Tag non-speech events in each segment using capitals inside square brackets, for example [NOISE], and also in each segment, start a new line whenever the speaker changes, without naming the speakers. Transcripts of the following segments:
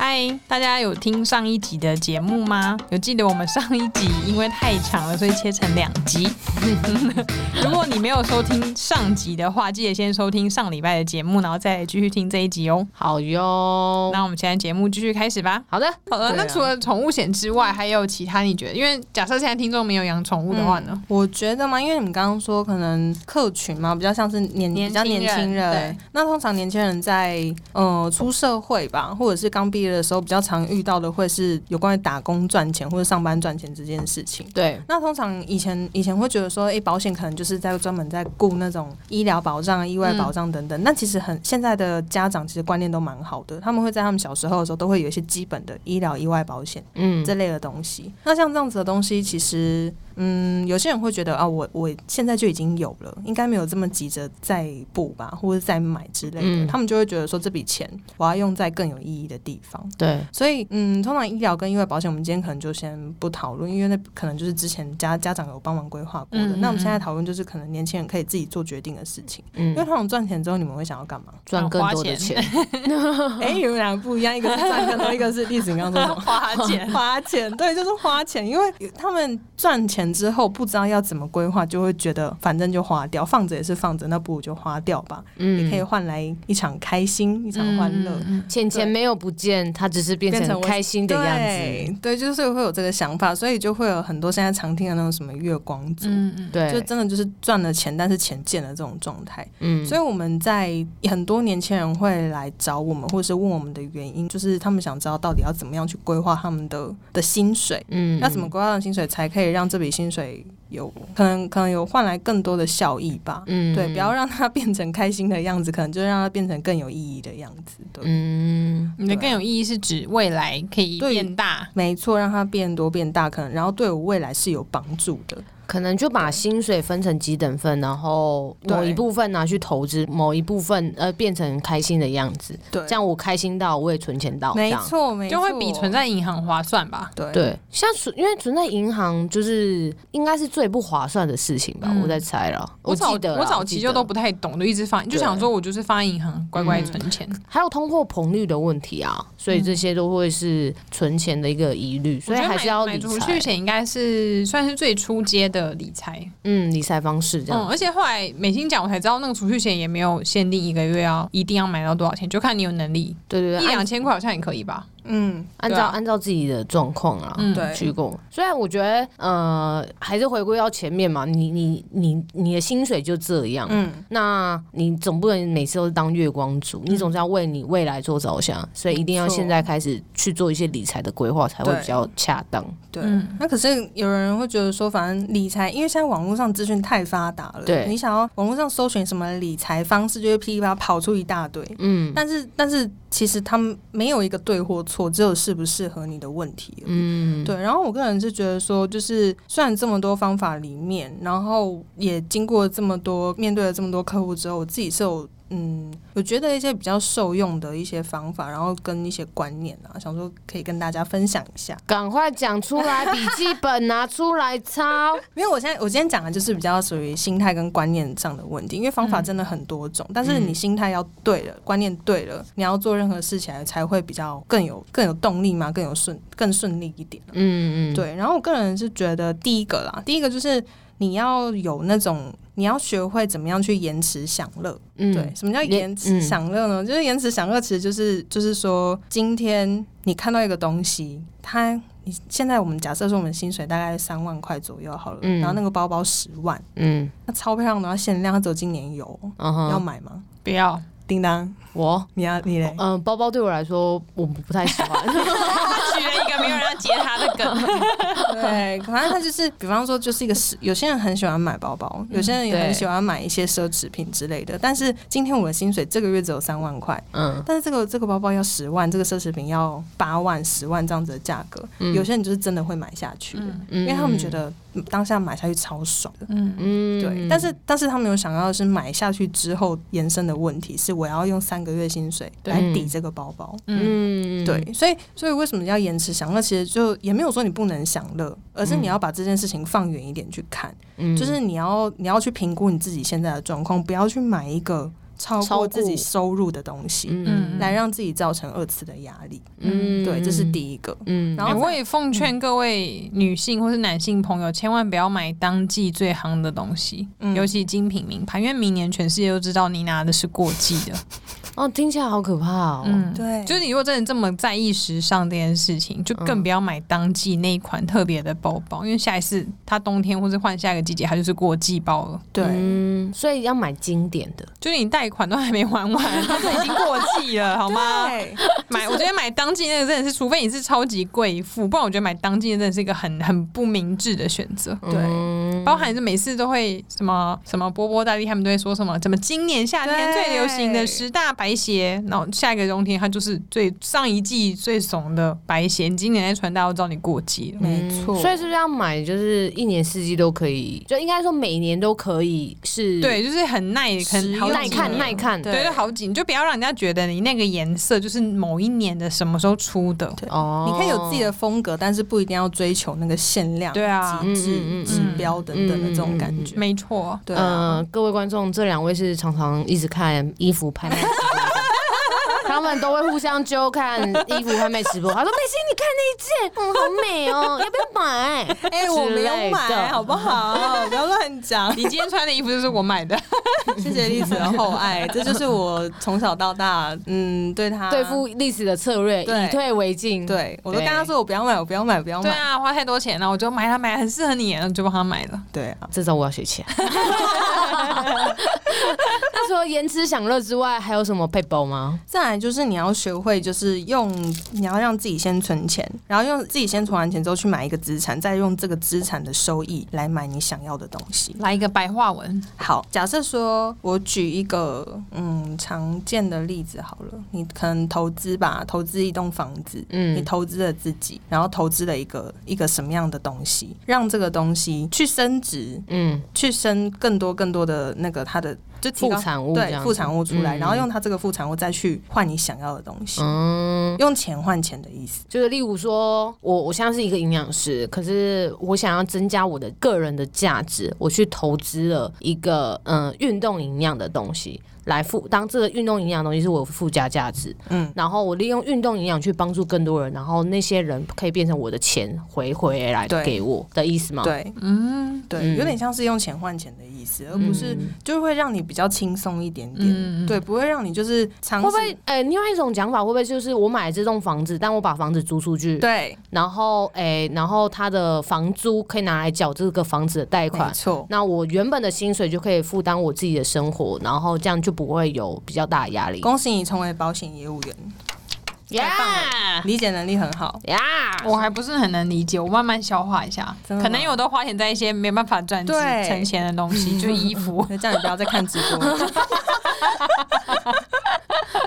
嗨，大家有听上一集的节目吗？有记得我们上一集因为太长了，所以切成两集。 [LAUGHS] 如果你没有收听上集的话，记得先收听上礼拜的节目，然后再继续听这一集哦。
好哟，
那我们现在节目继续开始吧。
好的，
哦好了，
对啊
那除了宠物险之外，还有其他你觉得？因为假设现在听众没有养宠物的话 [LAUGHS] 呢？
我觉得嘛，因为你们刚刚说可能客群嘛，比较像是年
年轻人
比较年轻人
对，
那通常年轻人在呃出社会吧，或者是刚毕业的时候，比较常遇到的会是有关于打工赚钱或者上班赚钱这件事情。
对，
那通常以前以前会觉得说，诶、保险可能就是在专门在顾那种医疗保障、意外保障等等。那其实很现在的家长其实观念都蛮好的，他们会在他们小时候的时候都会有一些基本的医疗意外保险。
嗯，
这类的东西。那像这样子的东西，其实嗯，有些人会觉得啊，我我现在就已经有了，应该没有这么急着再补吧，或者再买之类的。
嗯
他们就会觉得说，这笔钱我要用在更有意义的地方。
对，
所以，嗯，通常医疗跟意外保险，我们今天可能就先不讨论，因为那可能就是之前家家长有帮忙规划过的。
嗯嗯
那我们现在讨论就是可能年轻人可以自己做决定的事情，因为
嗯，
他们赚钱之后，你们会想要
[LAUGHS]
干嘛？
赚更多的
[LAUGHS]
钱，
哎、你们两个不一样，一个是赚更多，一个是历史。你刚刚说什么？
花
[LAUGHS]
钱
花钱，对，就是花钱，因为他们赚钱之后不知道要怎么规划，就会觉得反正就花掉，放着也是放着，那不如就花掉吧，也可以
嗯，
换来一场开心，一场欢乐。
钱钱没有不见，它只是变
变
成
成我
开心的样子，
对对，就是会有这个想法，所以就会有很多现在常听的那种什么月光族，
嗯嗯，
对，啊
就真的就是赚了钱，但是钱见了这种状态。
嗯，
所以我们在很多年轻人会来找我们，或是问我们的原因，就是他们想知道到底要怎么样去规划他们的的薪水。
嗯，
那怎么规划的薪水才可以让这笔薪水有可能可能有换来更多的效益吧？
嗯，嗯
对，不要让它变成开心的样子，可能就让它变成更有意义的样子。对，
嗯，
你的更有意义是指未来可以
对
变大。
没错，让它变多变大，可能然后对我未来是有帮助的。
可能就把薪水分成几等份，然后某
对
一部分拿去投资，某一部分呃变成开心的样子，
对，
这样我开心到我也存钱到，
没
这样
错，没错，
就会比存在银行划算吧？
对
对，像存因为存在银行就是应该是最不划算的事情吧，
嗯
我在猜了。
我早
记得啦
我早期就都，不太懂，就一直放，就想说我就是放在银行乖乖存钱。
记得还有通货膨率的问题啊，所以这些都会是存钱的一个疑虑，所以
嗯我觉得
还
买
是要
买
理
储蓄
财。
险应该是算是最初阶的理财。
嗯，理财方式这
嗯，
样。
而且后来美心讲，我才知道那个储蓄险也没有限定一个月要一定要买到多少钱，就看你有能力，
对对啊
一
对，按
两千块好像也可以吧。
嗯，
按
对
照
啊
按照自己的状况啊。
嗯，
对
去过，虽然我觉得，呃，还是回归到前面嘛，你你你你的薪水就这样，
嗯，
那你总不能每次都是当月光族，
嗯
你总是要为你未来做着想，所以一定要
没错
现在开始去做一些理财的规划，才会
对
比较恰当。
对。
嗯
那可是有人会觉得说，反正理财，因为现在网络上资讯太发达了，
对
你想要网络上搜寻什么理财方式，就会噼里啪啦跑出一大堆。
嗯
但是但是其实他们没有一个对或错，只有适不适合你的问题。
嗯，
对，然后我个人是觉得说，就是虽然这么多方法里面，然后也经过这么多面对了这么多客户之后，我自己是有嗯，我觉得一些比较受用的一些方法，然后跟一些观念啊，想说可以跟大家分享一下。
赶快讲出来，笔记本拿出来抄。
因为我现在我今天讲的就是比较属于心态跟观念上的问题，因为方法真的很多种，但是你心态要对了，观念对了，你要做任何事情才会比较更有更有动力嘛，更有顺更顺利一点。
嗯嗯，
对，然后我个人是觉得第一个啦，第一个就是你要有那种。你要学会怎么样去延迟享乐，
嗯
对，什么叫延迟
嗯
享乐呢？就是延迟享乐，其实就是就是说，今天你看到一个东西，它你现在我们假设说我们薪水大概三万块左右好了，
嗯
然后那个包包十万，
嗯
那钞票呢限量，它只有今年有，
嗯
要
哼，
买吗？
不要，
叮当，
我
你要
[LAUGHS]
你嘞？
嗯、包包对我来说我不不太喜
[LAUGHS]
欢。
他举了一个没有人要接他的梗。 [LAUGHS]
对，反正它就是，比方说，就是一个时，有些人很喜欢买包包，有
嗯
些人也很喜欢买一些奢侈品之类的。但是今天我的薪水这个月只有三万块，
嗯
但是这个这个包包要十万，这个奢侈品要八万、十万这样子的价格，
嗯
有些人就是真的会买下去的，
嗯，
因为他们觉得嗯当下买下去超爽的。
嗯，
嗯，
对，但是但是他们有想要的是买下去之后延伸的问题是，我要用三个月薪水
对
来抵这个包包。
嗯
对，所以所以为什么要延迟享乐？其实就也没有说你不能享乐，而是你要把这件事情放远一点去看，
嗯
就是你要你要去评估你自己现在的状况，不要去买一个超
超
过
过
自己收入的东西，
嗯
来让自己造成二次的压力。
嗯
对，这是。第一个。
嗯
然
哎
后
我也奉劝各位女性或是男性朋友，千万不要买当季最夯的东西，
嗯
尤其精品名牌，因为明年全世界都知道你拿的是过季的。
哦，听起来好可怕哦。
嗯，
对
就是你如果真的这么在意时尚这件事情，就更不要买当季那一款特别的包包，因为下一次它冬天或是换下一个季节，它就是过季包了。
对，
嗯，所以要买经典的。
就是你贷款都还没还完，它就已经过季了，
[LAUGHS]
好吗？
对
买，我觉得买当季那个真的是，除非你是超级贵妇，不然我觉得买当季的真的是一个很很不明智的选择。
对
嗯
包含是每次都会什么什么波波大力，他们都会说什么，怎么今年夏天
对
最流行的十大白鞋，然后下一个冬天它就是最上一季最怂的白鞋，你今年再穿大家都知道你过季了。
没
嗯
错。
所以是不是要买，就是一年四季都可以，就应该说每年都可以是
对，就是很耐，
实
很
用
好
耐看
几
耐看
对，就好紧，就不要让人家觉得你那个颜色就是某一年的什么时候出的。
对
哦
你可以有自己的风格，但是不一定要追求那个限量、
对啊
极
嗯
致、
嗯嗯嗯
指标等等的这种感觉。
没错，
对啊、
呃，各位观众，这两位是常常一直看衣服拍卖直播 [LAUGHS] 的，他们都会互相揪看衣服拍卖直播。他说：“美心，你看那一件，嗯，好美哦，要不要买
哎、我没有
之类的
买，好不好？不要
[LAUGHS]
乱讲。
你今天穿的衣服就是我买的，
谢谢栗子的厚爱，这就是我从小到大，嗯，对他？”
对付历史的策略，
对
以退为进。
对我都跟他说我不要买，我不要买，不要
对
买。
啊，花太多钱了，我就买它，买它很适合你，然后就帮他买了。
对啊，
这招我要学 [LAUGHS] 起来。那除了延迟享乐之外，还有什么配包吗？
再来就是你要学会，就是用你要让自己先存钱，然后用自己先存完钱之后去买一个资产，再用这个资产的收益来买你想要的东西。
来一个白话文，
好，假设说我举一个嗯常见的例子好了，你可能投资吧，投资一栋房子，你
嗯，
投资了自己，然后投资了一个一个什么样的东西，让这个东西去升值，
嗯，
去升更多更多的那个它的就提
副
高
产物这
对
样
副产物出来，
嗯
然后用它这个副产物再去换你想要的东西，
嗯，
用钱换钱的意思。
就是例如说，我我现在是一个营养师，可是我想要增加我的个人的价值，我去投资了一个嗯运动营养的东西来附，当这个运动营养的东西是我附加价值，
嗯，
然后我利用运动营养去帮助更多人，然后那些人可以变成我的钱回回来
对
给我的意思吗？，
对
嗯
对，
哦嗯
有点像是用钱换钱的意思，而不是就是会让你比较轻松一点点，
嗯嗯嗯
对，不会让你就是长
会
期
不会？哎、另外一种讲法会不会就是我买这栋房子，但我把房子租出去，
对，
然后哎、然后他的房租可以拿来缴这个房子的贷款
没，错，
那我原本的薪水就可以负担我自己的生活，然后这样就不会有比较大的压力。
恭喜你成为保险业务员，
呀
理解能力很好。
呀，
我还不是很能理解，我慢慢消化一下。
真的吗
可能有的花钱在一些没办法赚值
对。
成钱的东西，就是衣服
那这样你不要再看直
[LAUGHS]
播了，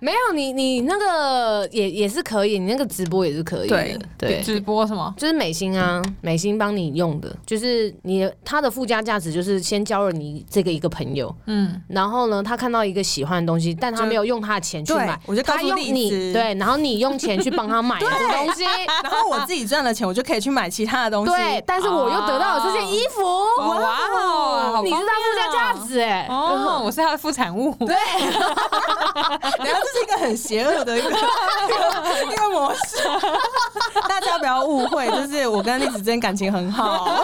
没有你，你那个也也是可以，你那个直播也是可以的
[LAUGHS]
对。
对，
直播什么？
就是美心啊，美心帮你用的，就是你它的附加价值就是先交了你这个一个朋友，
嗯，
然后呢，他看到一个喜欢的东西，但他
就
没有用他的钱去
对
买，
我就告诉
他用
栗
你
子
对，然后你用钱去帮他
[LAUGHS]
买这个东西，
然后我自己赚了钱，我就可以去买其他的东西。哦
对，但是我又得到了这件衣服，
哇哦，好
你
啊
是
方
它附加价值哎、
便哦，我是它的副产物。对，
然后这是一个很邪恶的一个一个一个模式，大家不要误会，就是我跟栗子之间感情很好。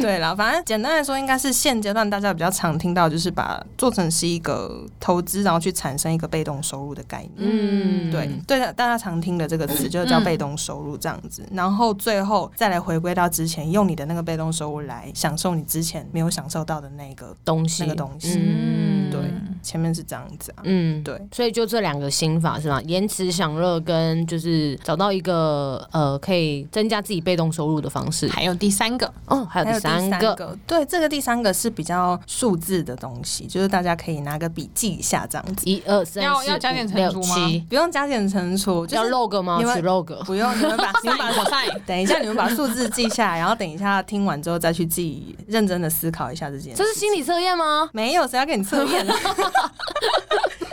对了，反正简单来说，应该是现阶段大家比较常听到，就是把做成是一个投资，然后去产生一个被动收入的概念。
嗯，
对，对，大家常听的这个词就是叫被动收入这样子，然后最后再来回归到之前，用你的那个被动收入来享受你之前没有享受到的那个，
东西
那个东西
嗯，
对，前面是这样子啊，
嗯，
对。
所以就这两个心法是吧？延迟享乐跟就是找到一个呃可以增加自己被动收入的方式。
还有第三个，
哦，还有
还
第
有第
三
三
个，
个，对，这个第三个是比较数字的东西，就是大家可以拿个笔记一下这样子，
一二三
要
四
要加减
五
乘
六
除吗
七，
不用加减乘除，就
要
是
log 吗？
你们
取 log。
不用你
[LAUGHS]
们把你们把
我在。
等一下你们把数字记下来，然后等一下听完之后再去自己认真的思考一下这件事。
这是心理测验吗？
没有谁要给你测验啊？ [LAUGHS]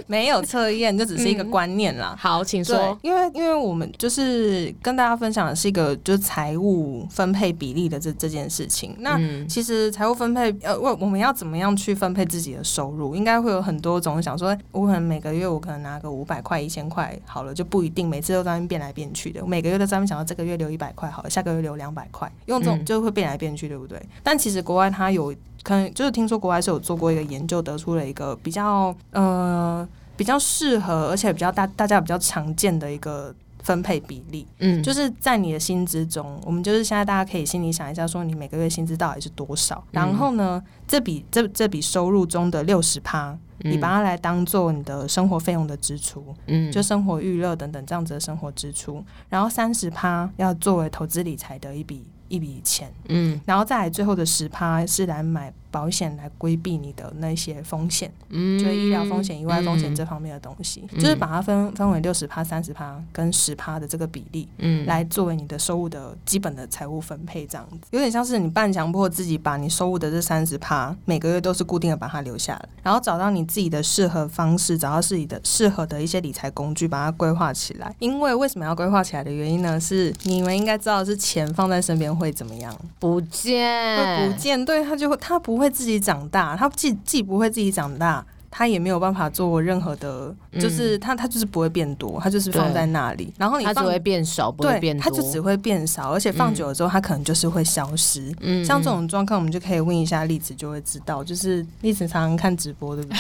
没有测验，这只是一个观念啦。
好，请
对
说，。
因为因为我们就是跟大家分享的是一个就是财务分配比例的这这件事情。那
嗯
其实财务分配，呃，我我们要怎么样去分配自己的收入？应该会有很多种想说，我可能每个月我可能拿个五百块、一千块，好了就不一定每次都在那边变来变去的。我每个月都在那边想到这个月留一百块，好了，下个月留两百块，用这种
嗯
就会变来变去，对不对？但其实国外它有，可能就是听说国外是有做过一个研究，得出了一个比较呃比较适合，而且比较大大家比较常见的一个分配比例。
嗯，
就是是在你的薪资中，我们就是现在大家可以心里想一下，说你每个月薪资到底是多
嗯
少？然后呢，这笔这这笔收入中的六十趴，你把它来当做你的生活费用的支出，
嗯
就生活娱乐等等这样子的生活支出，然后三十趴要作为投资理财的一笔一笔钱，
嗯
然后再来最后的十趴是来买保险来规避你的那些风险。
嗯
就是医疗风险、意外风险
嗯
这方面的东西，
嗯
就是把它分分为六十趴、三十趴跟十趴的这个比例，
嗯
来作为你的收入的基本的财务分配，这样子有点像是你半强迫自己把你收入的这三十趴每个月都是固定的把它留下来，然后找到你自己的适合方式，找到自己的适合的一些理财工具，把它规划起来。因为为什么要规划起来的原因呢？是你们应该知道，是钱放在身边会怎么样？
不见
会不见，对他就会他不会自己长大，他既既不会自己长大，他也没有办法做任何的，
嗯
就是他他就是不会变多，他就是放在那里，然后你
它只
放
会变少，不会
对
变，多。
他就只会变少，而且放久了之后，他可能就是会消失。
嗯
像这种状况，我们就可以问一下栗子，就会知道，就是栗子常常看直播，对
[LAUGHS]
不对？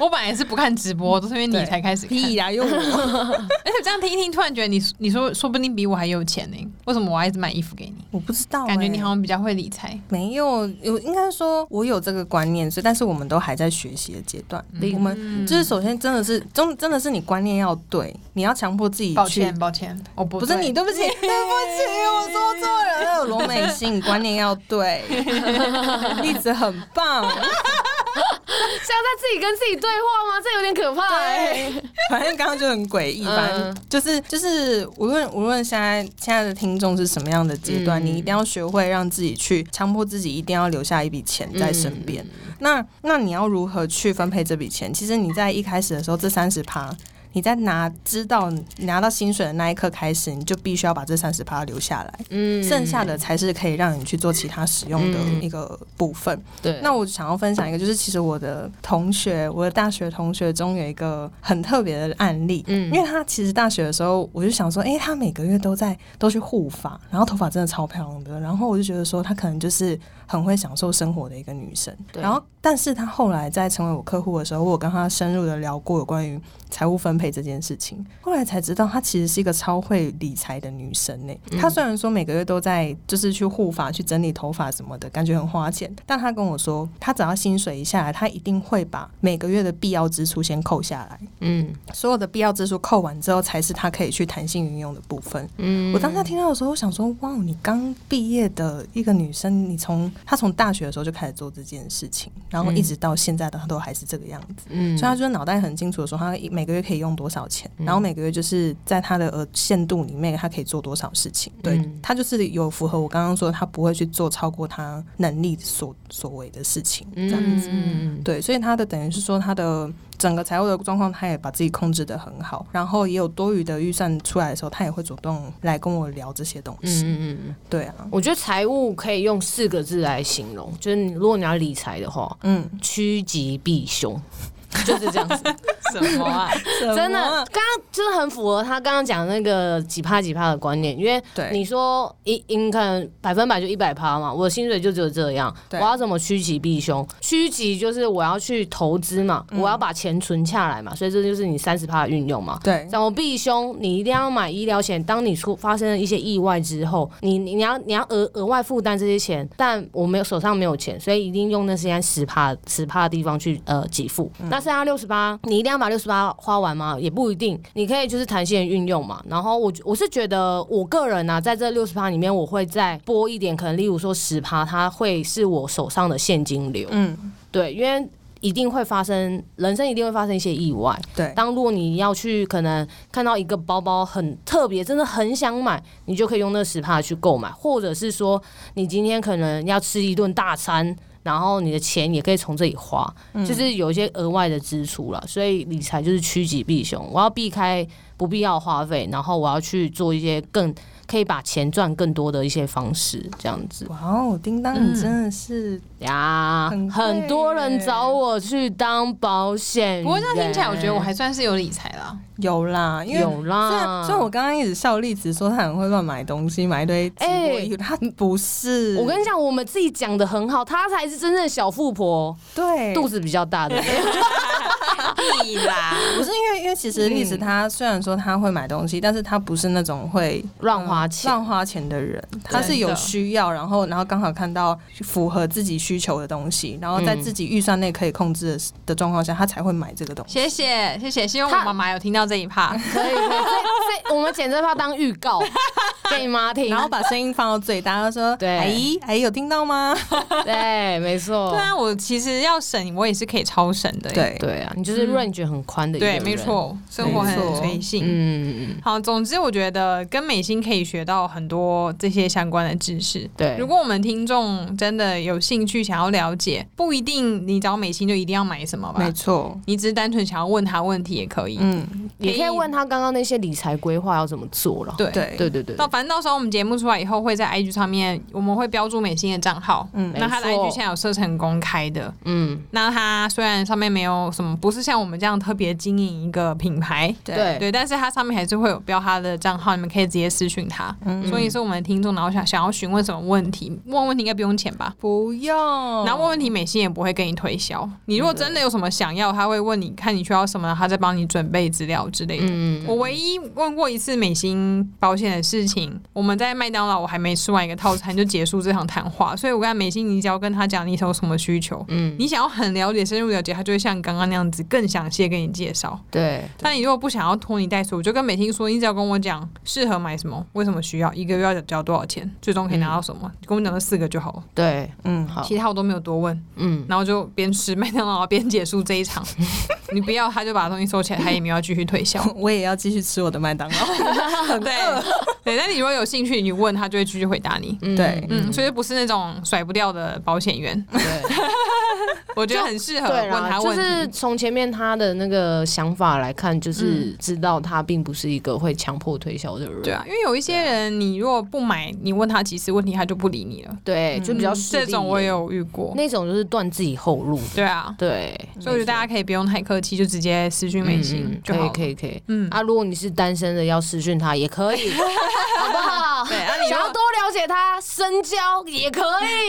我本来是不看直播，都是因为你才开始看。
呀，
[LAUGHS]
又我
而且这样听一听，突然觉得你你说说不定比我还有钱呢、为什么我要一直买衣服给你？
我不知道欸、
感觉你好像比较会理财。
没有，有应该说，我有这个观念，所以但是我们都还在学习的阶段。
嗯
我们
嗯
就是首先真的是，真真的是你观念要对，你要强迫自己
抱
去
歉，。抱歉，我不
不是
对
你，对不 [LAUGHS] 起，对不起，我说错 [LAUGHS] 人了。罗美心，观念要 [LAUGHS] 对，例子很棒。
像在自己跟自己对话吗？这有点可怕、欸。
[LAUGHS] 反正刚刚就很诡异，反正就是就是，无论无论现在现在的听众是什么样的阶段，
嗯
你一定要学会让自己去强迫自己，一定要留下一笔钱在身边。那那你要如何去分配这笔钱？其实你在一开始的时候，这三十趴。你在拿知道你拿到薪水的那一刻开始，你就必须要把这三十趴留下来，
嗯
剩下的才是可以让你去做其他使用的一个部分。
对，
那我想要分享一个，就是其实我的同学，我的大学同学中有一个很特别的案例。
嗯
因为他其实大学的时候，我就想说，诶，他每个月都在都去护发，然后头发真的超漂亮的，然后我就觉得说，她可能就是很会享受生活的一个女生。
对
然后，但是她后来在成为我客户的时候，我有跟她深入的聊过有关于财务分配这件事情。后来才知道，她其实是一个超会理财的女生呢、她虽然说每个月都在就是去护发、去整理头发什么的，感觉很花钱，但她跟我说，她只要薪水一下来，她一定会把每个月的必要支出先扣下来。
嗯
所有的必要支出扣完之后，才是他可以去弹性运用的部分。
嗯
我当下听到的时候，我想说，哇，你刚毕业的一个女生，你从她从大学的时候就开始做这件事情，然后一直到现在的她都还是这个样子，
嗯
所以她就是脑袋很清楚的说，她每个月可以用多少钱，然后每个月就是在她的额限度里面，她可以做多少事情。对
嗯，
她就是有符合我刚刚说，她不会去做超过她能力所所为的事情，这样子。
嗯
对，所以他的等于是说他的整个财务的状况，他也把自己控制的很好，然后也有多余的预算出来的时候，他也会主动来跟我聊这些东西。
嗯嗯，
对啊，
我觉得财务可以用四个字来形容，就是你如果你要理财的话，
嗯，
趋吉避凶。就是这样子，
[LAUGHS] 什么啊？
[LAUGHS] 真的，刚刚 [LAUGHS] 就是很符合他刚刚讲那个几趴几趴的观念，因为
对
你说一 i n c o 百分百就一百趴嘛，我的薪水就只有这样，我
对
要怎么趋吉避凶？趋吉就是我要去投资嘛，
嗯
我要把钱存下来嘛，所以这就是你三十趴的运用嘛。
对
怎么避凶？你一定要买医疗险。当你出发生了一些意外之后，你你你要你要额额外负担这些钱，但我没有手上没有钱，所以一定用那些十趴十趴的地方去呃给付。
嗯
那剩下六十八，你一定要把六十八花完吗？也不一定，你可以就是弹性运用嘛。然后我我是觉得我个人呢、啊，在这六十趴里面，我会再拨一点，可能例如说十趴，它会是我手上的现金流。
嗯，
对，因为一定会发生，人生一定会发生一些意外。
对
当如果你要去可能看到一个包包很特别，真的很想买，你就可以用那十帕去购买，或者是说你今天可能要吃一顿大餐。然后你的钱也可以从这里花，
嗯
就是有一些额外的支出了。所以理财就是趋吉避凶，我要避开不必要的花费，然后我要去做一些更可以把钱赚更多的一些方式，这样子。
哇哦，叮当，
嗯
你真的是
呀，
很贵
很多人找我去当保险人，
不过这样听起来，我觉得我还算是有理财啦。
有啦，因为
有啊
虽然
啦。
虽然我刚刚一直笑栗子说他很会乱买东西，买一堆直播衣服，他不是。
哎我跟你讲，我们自己讲的很好，她才是真正的小富婆，
对，
肚子比较大的。
[LAUGHS] 屁啦，
不是因为因为其实
嗯
栗子他虽然说他会买东西，但是他不是那种会
乱花钱
乱花钱的人，他是有需要，然后然后刚好看到符合自己需求的东西，然后在自己预算内可以控制的的状况下，他才会买这个东西。
谢谢谢谢，希望我
他
妈妈有听到这一趴。
可以可以，这这我们简直怕当预
[LAUGHS]
告给你妈听
然。后把声音放到最大，他说：“
嗯对
阿姨，阿姨有听到吗
[LAUGHS] 对，没错
对。啊，我其实要省，我也是可以超省的、？”欸。
对，
对啊，你就是 range 很宽的一个
对，
人
没。错，生活很随性。
嗯，
好，总之我觉得跟美心可以学到很多这些相关的知识。
对
如果我们听众真的有兴趣想要了解，不一定你找美心就一定要买什么吧
没，错，
你只是单纯想要问他问题也可以。
嗯，
也可以问他刚刚那些理财规划要怎么做了。
对。
对，
对对对，
到反正到时候我们节目出来以后，会在 IG 上面，我们会标注美心的账号。
嗯
那他的
没错
IG 现在有设成公开的，
嗯，
那他虽然上面没有什么，不是像我们这样特别经营一个品牌，
对
对，但是它上面还是会有标他的账号，你们可以直接私讯他。
嗯
所以是我们的听众，然后想想要询问什么问题，问问题应该不用钱吧？
不
哦
用。
然后问问题，美心也不会跟你推销。你如果真的有什么想要，他会问你看你需要什么，然后他再帮你准备资料之类的。
嗯
我唯一问过一次美心保险的事情，我们在麦当劳，我还没吃完一个套餐就结束这场谈话，所以我跟他美心，你只要跟他讲你有什么需求，
嗯，
你想要很了解、深入了解，他就会像刚刚那样子更详细的给你介绍。
对，
但你如果不想要拖泥带水，我就跟美心说，你只要跟我讲适合买什么，为什么需要，一个月要交多少钱，最终可以拿到什
嗯
么，你跟我讲这四个就好了，
对，
嗯， [LAUGHS]
好，
其他我都没有多问。
嗯，
然后就边吃麦当劳边结束这一
[LAUGHS]
场。你不要，他就把东西收起来，他也没有要继续推销。
我也要继续吃我的麦当劳。
对 [LAUGHS] 对，但你如果有兴趣，你问他就会继续回答你。
嗯
对
嗯，所以不是那种甩不掉的保险员，
对。
[LAUGHS] 我觉得很适合
对
呃问
啦，
他
就
问题。嗯
是从前面他的那个想法来看，就是知道他并不是一个会强迫推销的人，
对啊，因为有一些人，你如果不买，你问他几次问题，他就不理你了。
对，就比较势
嗯这
利
种我也有遇过。
那种就是断自己后路，
对啊，
对，
所以我觉得大家可以不用太客气，就直接私讯美心
嗯
就
可
好
以
了。
可以可以。
嗯，
啊，如果你是单身的，要私讯他也可
[LAUGHS]
以，好不好？
对啊你如果
想要多了解他，深交也可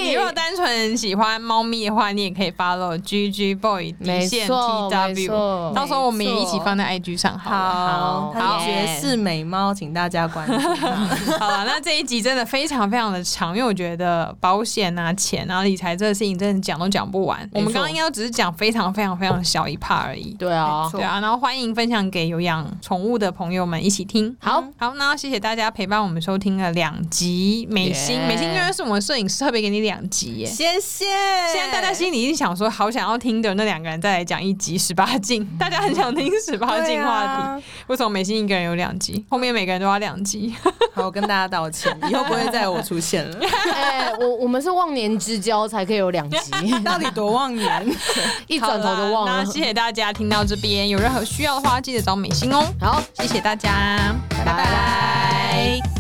以。
你如果单纯喜欢猫咪的话，你也可以 follow G G Boy 底
没
线
错没
TW，
错，
到时候我们也一起放在 IG 上好了。
好，
好
他
好
是绝世美猫，请大家关注 [LAUGHS] 他。
好了，那这一集真的非常非常的长，因为我觉得保险啊、钱啊、理财这个事情真的讲都讲不完。我们刚刚应该只是讲非常非常非常小一 part 而已。
对啊
没，错
对啊，然后欢迎分享给有养宠物的朋友们一起听。
好， [LAUGHS]
好，那谢谢大家陪伴我们收听了两集美心，
耶
美心真的是我们摄影师特别给你两集耶。
谢谢。
现在大家心里一定想说，好想要听的那两个人再来讲一集十八
[LAUGHS]
禁，大家很想听十八禁话题。
啊
题。
为什么美心一个人有两集，后面每个人都要两集？
好，我跟大家道歉，以后不会再有我出现了。
哎，我我们是忘年之交才可以有两
[LAUGHS]
集，
到底多忘年？
[LAUGHS] 一转头就
好
忘
啦
了
那。谢谢大家听到这边，有任何需要的话，记得找美心哦。
好，
谢谢大家，
拜
拜拜